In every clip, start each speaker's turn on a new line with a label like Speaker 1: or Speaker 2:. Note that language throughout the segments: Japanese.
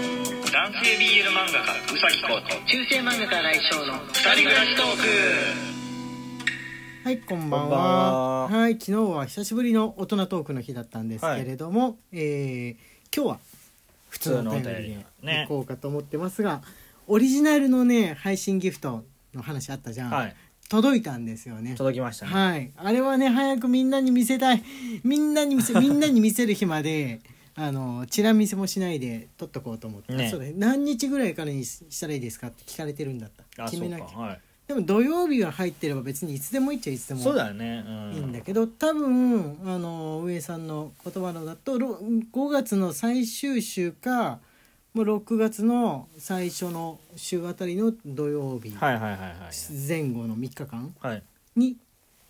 Speaker 1: 男性 BL 漫画家うさぎこと
Speaker 2: 中世漫画家来翔の
Speaker 1: 二人暮らしトーク
Speaker 3: はい、こんばんは。
Speaker 4: こんばんは
Speaker 3: はい、昨日は久しぶりの大人トークの日だったんですけれども、えー今日は普通のお便りで行
Speaker 4: ね
Speaker 3: こうかと思ってますが、オリジナルのね、配信ギフトの話あったじゃん。
Speaker 4: はい
Speaker 3: 届いたんですよね。
Speaker 4: 届きましたね、
Speaker 3: はい、あれはね、早くみんなに見せたい。 みんなに見せ、みんなに見せる日ま で。あのチラ見せもしないで撮っとこうと思って、
Speaker 4: ね
Speaker 3: そうだね何日ぐらいからにししたらいいですかって聞かれてるんだった
Speaker 4: あ
Speaker 3: 決
Speaker 4: そ
Speaker 3: め
Speaker 4: う
Speaker 3: な
Speaker 4: か
Speaker 3: きゃ
Speaker 4: はい
Speaker 3: でも土曜日が入ってれば別にいつでもいいっちゃいつでも
Speaker 4: そうだよね、うん、
Speaker 3: いいんだけど多分あの上さんの言葉のだとろ5月の最終週かもう6月の最初の週あたりの土曜日
Speaker 4: はいはいはいはい
Speaker 3: 前後の3日間
Speaker 4: はい
Speaker 3: に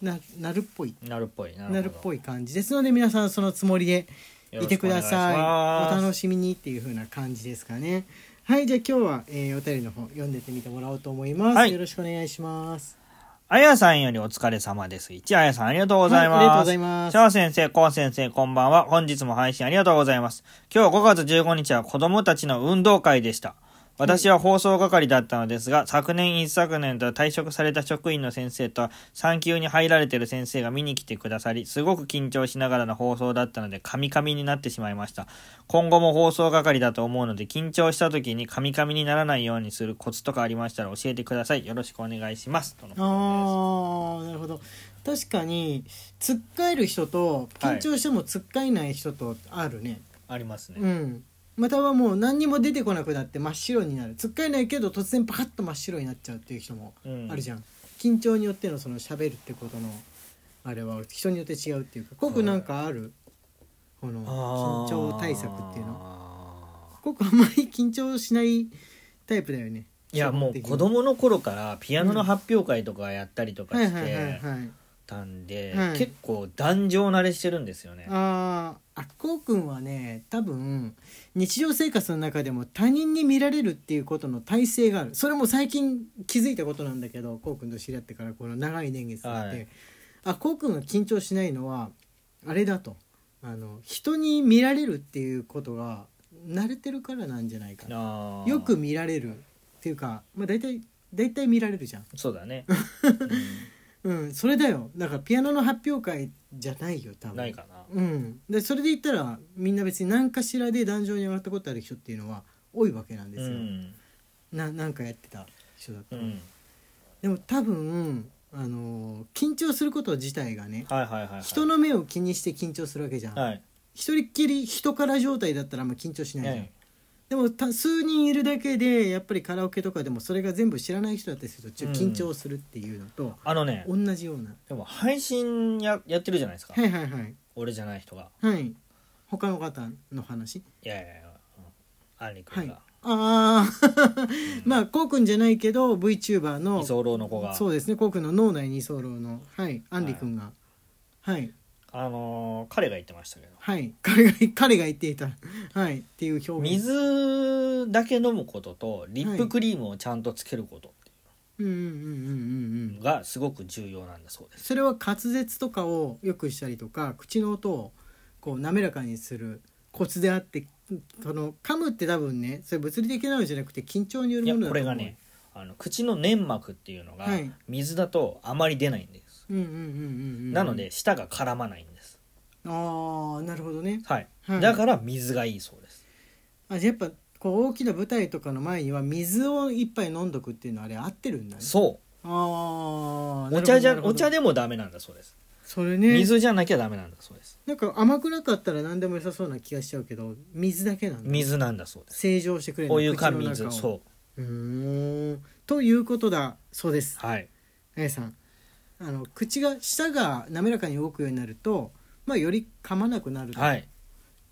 Speaker 3: ななるっぽい
Speaker 4: なるっぽいな
Speaker 3: なるっぽ
Speaker 4: い
Speaker 3: い感じですので皆さんそのつもりでいてくださいお楽
Speaker 4: し
Speaker 3: しみにっていう風な感じですかねはいじゃあ今日は、えーお便りの方読んでってみてもらおうと思います、
Speaker 4: はい
Speaker 3: よろしくお願いします
Speaker 4: あやさんよりお疲れ様です一あやさんありがとうございます、
Speaker 3: はいありがとうございます
Speaker 4: シャワ先生、コン先生、こんばんは。本日も配信ありがとうございます。今日5月15日は子供たちの運動会でした。私は放送係だったのですが、昨年一昨年と退職された職員の先生と産休に入られてる先生が見に来てくださり、すごく緊張しながらの放送だったので、カミカミになってしまいました。今後も放送係だと思うので、緊張した時にカミカミにならないようにするコツとかありましたら教えてください。よろしくお願いします。とのこと
Speaker 3: ああなるほど確かにつっかえる人と緊張してもつっかえない人とあるね、
Speaker 4: ですありますね。
Speaker 3: うんまたはもう何にも出てこなくなって真っ白になるつっかえないけど突然パカッと真っ白になっちゃうっていう人も
Speaker 4: うん
Speaker 3: あるじゃん、緊張によってのその喋るってことのあれは人によって違うっていうかコくなんかある、この緊張対策っていうの
Speaker 4: の
Speaker 3: コくあんまり緊張しないタイプだよね
Speaker 4: いやもう子供の頃からピアノの発表会とかやったりとか
Speaker 3: はい
Speaker 4: し
Speaker 3: はいはい
Speaker 4: て
Speaker 3: はい
Speaker 4: たんで
Speaker 3: はい
Speaker 4: 結構壇上慣れしてるんですよね。
Speaker 3: あーあこうくんはね多分日常生活の中でも他人に見られるっていうことの体制があるそれも最近気づいたことなんだけどこうくんと知り合ってからこの長い年月があって、
Speaker 4: はい
Speaker 3: あこうくんが緊張しないのはあれだとあの人に見られるっていうことが慣れてるからなんじゃないかな
Speaker 4: あー
Speaker 3: よく見られるっていうか、まあ、大体大体見られるじゃん、
Speaker 4: そう だね、
Speaker 3: うん、それだよだからピアノの発表会じゃないよ多
Speaker 4: うん
Speaker 3: 分
Speaker 4: ないかな。
Speaker 3: うん、でそれで言ったらみんな別に何かしらで壇上に上がったことある人っていうのは多いわけなんで
Speaker 4: う
Speaker 3: すよ、
Speaker 4: ん
Speaker 3: ななんかやってた人だっ
Speaker 4: う
Speaker 3: たら、
Speaker 4: ん
Speaker 3: でも多分あのー緊張すること自体がね、
Speaker 4: はいはいはいはい。
Speaker 3: 人の目を気にして緊張するわけじゃん、
Speaker 4: はい
Speaker 3: 一人っきり人から状態だったらあんま緊張しないじゃん、
Speaker 4: え
Speaker 3: でもた数人いるだけでやっぱりカラオケとかでもそれが全部知らない人だったりするとちょっと緊張するっていうのと、
Speaker 4: あのね
Speaker 3: 同じような
Speaker 4: でも配信ややってるじゃないですか
Speaker 3: はいはいはい
Speaker 4: 俺じゃない人が。
Speaker 3: はい他の方の話
Speaker 4: いやいやいやうんあんりく
Speaker 3: は
Speaker 4: ん
Speaker 3: い
Speaker 4: が。、
Speaker 3: ああまあこうくんじゃないけど VTuber の
Speaker 4: 居候の子が
Speaker 3: そうですねこうくんの脳内に居候のはいあんりくんがはい
Speaker 4: あのー彼が言ってましたけど
Speaker 3: はい彼が彼が言っていたはいっていう表現
Speaker 4: 水だけ飲むこととリップクリームをちゃんとつけること
Speaker 3: うんうんうんうんうんうん
Speaker 4: がすごく重要なんだそうです。
Speaker 3: それは滑舌とかをよくしたりとか口の音をこう滑らかにするコツであってその噛むって多分ねそれ物理的なのじゃなくて緊張による
Speaker 4: い
Speaker 3: も
Speaker 4: や
Speaker 3: のだ
Speaker 4: こと
Speaker 3: 思う
Speaker 4: れがねあの口の粘膜っていうのが
Speaker 3: はい
Speaker 4: 水だとあまり出ないんです、
Speaker 3: うんうんうんうんうん
Speaker 4: なので舌が絡まないんです、
Speaker 3: ああなるほどね
Speaker 4: はい
Speaker 3: はい
Speaker 4: だから水がいいそうです
Speaker 3: あじゃあやっぱこう大きな舞台とかの前には水を一杯飲んどくっていうのはあれ合ってるんだね
Speaker 4: そ
Speaker 3: あ
Speaker 4: うお茶じゃお
Speaker 3: お
Speaker 4: 茶
Speaker 3: 茶
Speaker 4: でもダメなんだそうです
Speaker 3: それね
Speaker 4: 水じゃなきゃダメなんだそうです
Speaker 3: なんか甘くなかったら何でも良さそうな気がしちゃうけど水だけなんだ
Speaker 4: 水なんだそうです
Speaker 3: 清浄してくれる
Speaker 4: お湯か
Speaker 3: 口の中
Speaker 4: 水
Speaker 3: を
Speaker 4: そう
Speaker 3: うーんということだそうです
Speaker 4: はい
Speaker 3: あやさんあの口が舌が滑らかに動くようになるとまあより噛まなくなると
Speaker 4: はい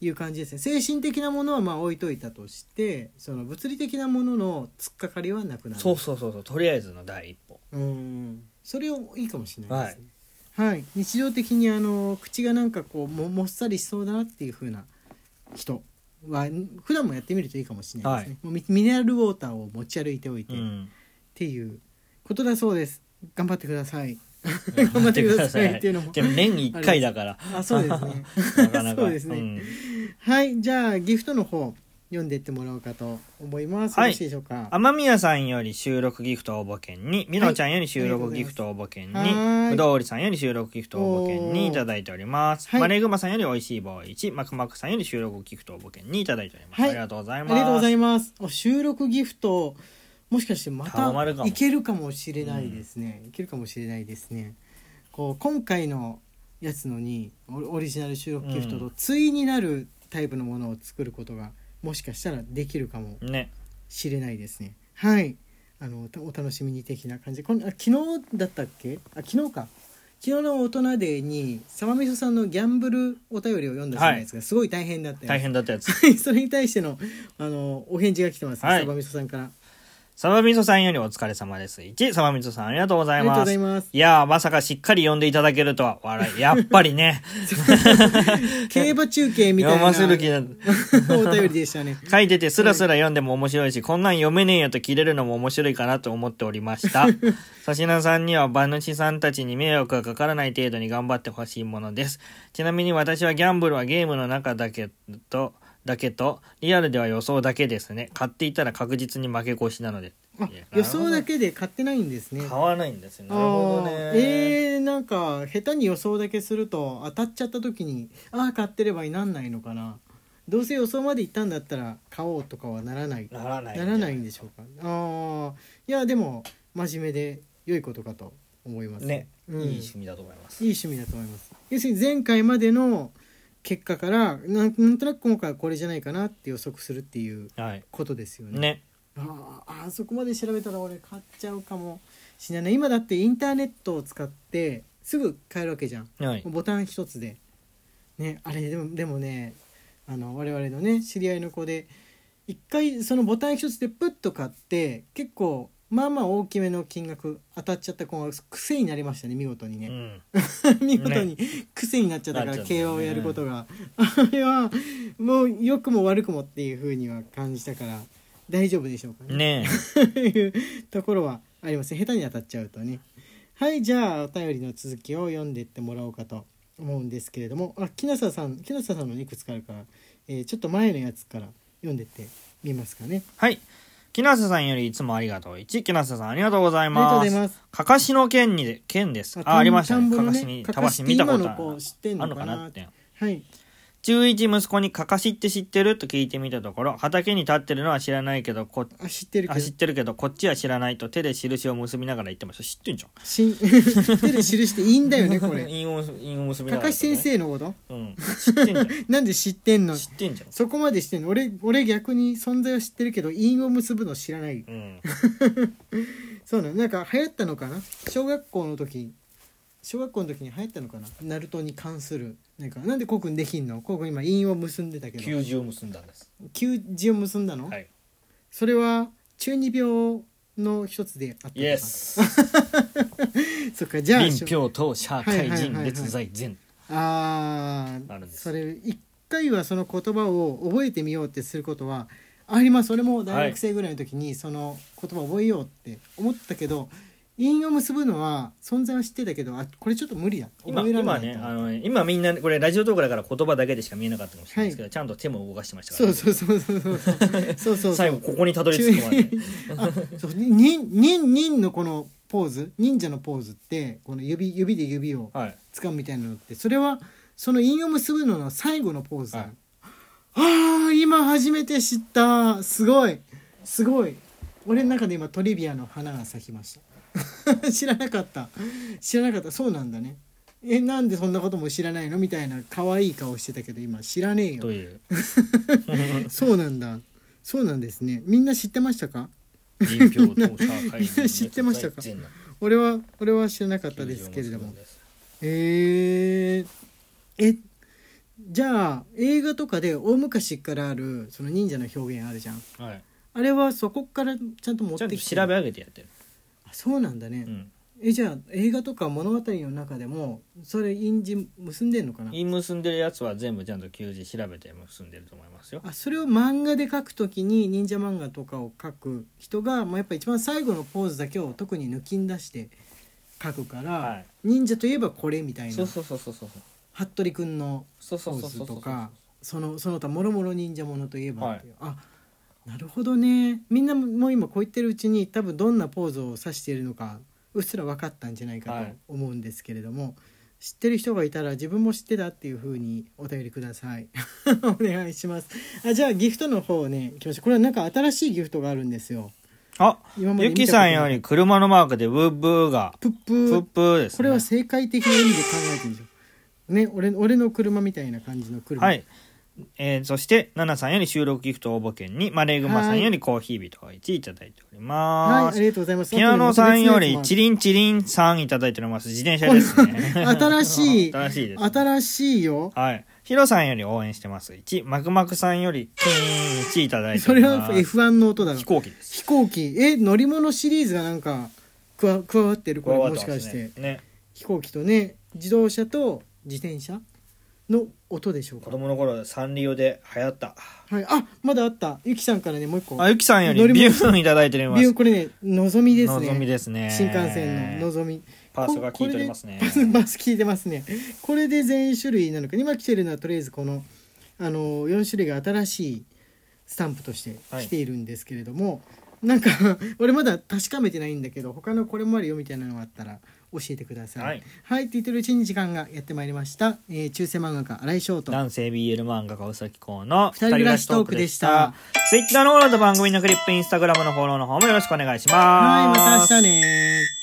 Speaker 3: いう感じですね精神的なものはまあ置いといたとしてその物理的なものの突っかかりはなくなる
Speaker 4: そうそうそうそうとりあえずの第一歩
Speaker 3: うんそれをいいかもしれないですね。はい、日常的にあの口がなんかこうももっさりしそうだなっていう風な人はん普段もやってみるといいかもしれないですね。
Speaker 4: は
Speaker 3: もうミミネラルウォーターを持ち歩いておいて、
Speaker 4: う
Speaker 3: っ
Speaker 4: ん
Speaker 3: ていうことだそうです。頑張ってくださ い。 頑張ってくださいっていうのも
Speaker 4: で。も年に1回だから
Speaker 3: あ、そうですね。
Speaker 4: なかなか
Speaker 3: そうですね
Speaker 4: ん
Speaker 3: はい、じゃあギフトの方、読んでいってもらおうかと思います。
Speaker 4: は
Speaker 3: よ
Speaker 4: い
Speaker 3: ろしいでしょうか。
Speaker 4: 天宮さんより収録ギフト応募券に、みのちゃんより収録ギフト応募券
Speaker 3: ありがとうございますはー
Speaker 4: に、
Speaker 3: い
Speaker 4: ぶどうおりさんより収録ギフト応募券にいただいております。
Speaker 3: はい
Speaker 4: マレグマさんよりおいしい棒1、マクマクさんより収録ギフト応募券にいただいております。
Speaker 3: はい
Speaker 4: ありがとうござい
Speaker 3: あ
Speaker 4: ま
Speaker 3: り
Speaker 4: す。
Speaker 3: がとうござ
Speaker 4: ま
Speaker 3: います。お収録ギフト、もしかしてまた
Speaker 4: 頼まれるかも
Speaker 3: いけるかもしれないですね。いけるかもしれないですね。こう今回のやつのにオオリジナル収録ギフト
Speaker 4: う
Speaker 3: と対になるタイプのものを作ることがもしかしたらできるかも
Speaker 4: す。ね。
Speaker 3: しれないですね。はい。あのたお楽しみに的な感じ。このあ昨日だったっけ？あ昨日か。昨日の大人デーに沢みそさんのギャンブルお便りを読んだじゃないですか。すごい大変だったよ
Speaker 4: 大変だったやつ。
Speaker 3: はいそれに対してのあのお返事が来てます、
Speaker 4: はい
Speaker 3: サバミソさんから。
Speaker 4: サバミソさんよりお疲れ様です。1、サバミソさんありがとうござ
Speaker 3: あ
Speaker 4: い
Speaker 3: りがとう
Speaker 4: ま
Speaker 3: ござい
Speaker 4: す。
Speaker 3: ます。
Speaker 4: いやー、まさかしっかり読んでいただけるとは、笑い。やっぱりね。
Speaker 3: 競馬中継 みたい
Speaker 4: 読
Speaker 3: な
Speaker 4: ませる気だ。
Speaker 3: お便りでしたね。
Speaker 4: 書いててスラスラ読んでも面白いし、こんなん読めねえよと切れるのも面白いかなと思っており ました。粗品さんには馬主さんたちに迷惑がかからない程度に頑張ってほしいものです。ちなみに私はギャンブルはゲームの中だけと、だけと、リアルでは予想だけですね。買っていたら確実に負け越しなので。
Speaker 3: あ
Speaker 4: いや
Speaker 3: 予想だけで買ってないんですね。
Speaker 4: 買わないんですよ。なるほどね
Speaker 3: あ。ーえー、なんか下手に予想だけすると当たっちゃった時にああ買ってればになんないのかなどうせ予想まで行ったんだったら買おうとかはならない
Speaker 4: ならない。
Speaker 3: ならないんでしょうかああいやでも真面目で良いことかと思います
Speaker 4: ね、
Speaker 3: うん
Speaker 4: いい趣味だと思います。
Speaker 3: いい趣味だと思います要するに前回までの結果からなんなんとなく今回はこれじゃないかなって予測するっていう
Speaker 4: はい。
Speaker 3: ことですよね
Speaker 4: ね。
Speaker 3: あーあそこまで調べたら俺買っちゃうかもしれない今だってインターネットを使ってすぐ買えるわけじゃん
Speaker 4: はい。
Speaker 3: ボタン一つでねあれでもでもねあの我々のね知り合いの子で一回そのボタン一つでプッと買って結構まあまあ大きめの金額当たっちゃった子が癖になりましたね見事にね、
Speaker 4: うん。
Speaker 3: 見事に癖になっちゃったか
Speaker 4: なっちゃ
Speaker 3: ら
Speaker 4: うんだ
Speaker 3: 慶
Speaker 4: よね
Speaker 3: 応をやることが、あれはもう良くも悪くもっていうふうには感じたから大丈夫でしょうかね
Speaker 4: ね
Speaker 3: というところはありますね下手に当たっちゃうとねはいじゃあお便りの続きを読んでいってもらおうかと思うんですけれどもあ木下さん木下さんのいくつかあるから、えーちょっと前のやつから読んでってみますかね
Speaker 4: はい。木下さんよりいつもありがとう。1、木下さんありがとうござい
Speaker 3: ありがとう
Speaker 4: ま
Speaker 3: ご
Speaker 4: す。
Speaker 3: ざいます
Speaker 4: かかしの剣にで、剣です。あ、ありましたね。かかしに、たばし見たこ
Speaker 3: あ
Speaker 4: と
Speaker 3: る
Speaker 4: あ
Speaker 3: 今の
Speaker 4: る
Speaker 3: 子知ってん
Speaker 4: あ
Speaker 3: の
Speaker 4: るの
Speaker 3: か
Speaker 4: か
Speaker 3: な
Speaker 4: なって。
Speaker 3: はい
Speaker 4: 中1息子にかかしって知ってると聞いてみたところ、畑に立ってるのは知らないけど、こ
Speaker 3: あ知ってるけ
Speaker 4: あ
Speaker 3: ど
Speaker 4: 知ってるけど、こっちは知らないと手で印を結びながら言ってました。知ってんじゃん。
Speaker 3: しん 手で記していいんだよねこれ。
Speaker 4: 韻を、韻を結びな
Speaker 3: か
Speaker 4: がら
Speaker 3: か
Speaker 4: 言
Speaker 3: し
Speaker 4: ってね、
Speaker 3: 先生のこと
Speaker 4: うん。知ってんじゃん。
Speaker 3: なんで知ってんの
Speaker 4: 知ってんじゃん。
Speaker 3: そこまでしてんの俺俺逆に存在は知ってるけど因を結ぶの知らない
Speaker 4: うん。
Speaker 3: そうなのなんか流行ったのかな小学校の時小学校の時に流行ったのかなナルトに関するなんかなんでコウ君できんのコウ君今因を結んでたけど
Speaker 4: 給仕を結んだんです。
Speaker 3: 球字を結んだの、
Speaker 4: はい。
Speaker 3: それは中二病の一つであったのか
Speaker 4: イエス。
Speaker 3: そっかじゃあ
Speaker 4: 臨氷と社会人列在前。
Speaker 3: あ
Speaker 4: ある
Speaker 3: あ
Speaker 4: んです
Speaker 3: それ一回はその言葉を覚えてみようってすることはあります俺も大学生ぐらいの時にその言葉覚えようって思ったけど、韻を結ぶのは存在は知ってたけどあこれちょっと無理だ
Speaker 4: 今
Speaker 3: 覚えられな
Speaker 4: 今
Speaker 3: いと
Speaker 4: ねあのね今みんなこれラジオトークだから言葉だけでしか見えなかったかもしれないですけど、ちゃんと手も動かしてましたか
Speaker 3: そ
Speaker 4: ら、
Speaker 3: うそうそうそうそうそうそうそ
Speaker 4: 最
Speaker 3: う
Speaker 4: 後ここにたどり着くまで
Speaker 3: あそう忍忍忍のこのポーズ忍者のポーズってこの指指で指を
Speaker 4: はい
Speaker 3: 掴むみたいなのってそれはその韻を結ぶのの最後のポーズだ、
Speaker 4: はい
Speaker 3: ああ今初めて知ったすごいすごい俺の中で今トリビアの花が咲きました 知らなかった知らなかったそうなんだねえなんでそんなことも知らないのみたいな可愛い顔してたけど今知らねえ
Speaker 4: と
Speaker 3: よ
Speaker 4: いう
Speaker 3: そうなんだそうなんですねみんな知ってましたか
Speaker 4: 臨氷と社会人
Speaker 3: 知ってま したか
Speaker 4: 列在前の
Speaker 3: 俺は俺は知らなかったですけれどもへええじゃあ映画とかで大昔からあるその忍者の表現あるじゃん
Speaker 4: はい
Speaker 3: あれはそこからちゃんと持っ
Speaker 4: ちゃん
Speaker 3: て
Speaker 4: と
Speaker 3: きて
Speaker 4: 調べ上げてやってる、
Speaker 3: あそうなんだね、
Speaker 4: うん、
Speaker 3: えじゃあ映画とか物語の中でもそれ印字結んでんのかな
Speaker 4: 陰結んでるやつは全部ちゃんと給仕調べて結んでると思いますよ
Speaker 3: あそれを漫画で描くときに忍者漫画とかを描く人が、まあ、やっぱ一番最後のポーズだけを特に抜きん出して描くから、
Speaker 4: はい
Speaker 3: 忍者といえばこれみたいな
Speaker 4: そうそうそうそうそう
Speaker 3: 服部君の
Speaker 4: そうそう
Speaker 3: ポーズ
Speaker 4: そうそうそ
Speaker 3: と
Speaker 4: う
Speaker 3: かそのその他もろもろ忍者ものといえば
Speaker 4: はい
Speaker 3: っていう、あなるほどねみんなもう今こう言ってるうちに多分どんなポーズを指しているのかうっすら分かったんじゃないか
Speaker 4: は
Speaker 3: と
Speaker 4: い
Speaker 3: 思うんですけれども、知ってる人がいたら自分も知ってたっていうふうにお便りください お願いしますあじゃあギフトの方ねいきましょうこれはなんか新しいギフトがあるんですよ
Speaker 4: あ、
Speaker 3: 今まで
Speaker 4: ゆ
Speaker 3: 見たことない
Speaker 4: きさんより車のマークでブーブーが、
Speaker 3: プップ
Speaker 4: プ
Speaker 3: ー
Speaker 4: ープーです、ね。
Speaker 3: これは正解的な意味で考えてみるね俺俺の車みたいな感じの車
Speaker 4: はい。えーそして、ナナさんより収録ギフト応募券に、マレーグマさんよりコーヒービトが1いただいており
Speaker 3: は
Speaker 4: ま
Speaker 3: い、あ
Speaker 4: す。
Speaker 3: りがとうございます。
Speaker 4: ピアノさんより、チ
Speaker 3: リ
Speaker 4: リンチリンさんいただいております。自転車ですね。
Speaker 3: 新しい、
Speaker 4: 新しいです、
Speaker 3: 新しいよ。
Speaker 4: はい。ヒロさんより応援してます。1、マクマクさんより、チーン1いただいて
Speaker 3: そ
Speaker 4: おり
Speaker 3: れ
Speaker 4: ます。
Speaker 3: は F1 の音だろ
Speaker 4: 飛。行機です。
Speaker 3: 飛行機。え、乗り物シリーズがなんか、加わ加わってるこれ、もしかし
Speaker 4: 加わってます。ね。ね
Speaker 3: 飛行機とね、自動車と自転車の音でしょう
Speaker 4: 子
Speaker 3: か。
Speaker 4: 供の頃、サンリオで流行った。
Speaker 3: はい。あ、まだあった。ゆきさんからね、もう一個。
Speaker 4: あ、ゆきさんより
Speaker 3: 乗り物
Speaker 4: ビューンいただいております。
Speaker 3: ビューこれね、のぞみですね。
Speaker 4: のぞみですね
Speaker 3: 新幹線ののぞみ。
Speaker 4: パーソが効いておりますね
Speaker 3: ここれでパース聞いてますね。これで全種類なのか。今来てるのはとりあえずこのあの四種類が新しいスタンプとして来ているんですけれども、なんか 俺まだ確かめてないんだけど、他のこれもあるよみたいなのがあったら教えてください。
Speaker 4: はい、
Speaker 3: って言ってるうちに時間がやってまいりました。えー、中世漫画家新井翔と。
Speaker 4: 男性 BL 漫画家うさきこうの
Speaker 3: 二人暮らしトークでした。
Speaker 4: ツイッターのフォローと番組のクリップ、インスタグラムのフォローの方もよろしくお願いします。
Speaker 3: はい、また明日ね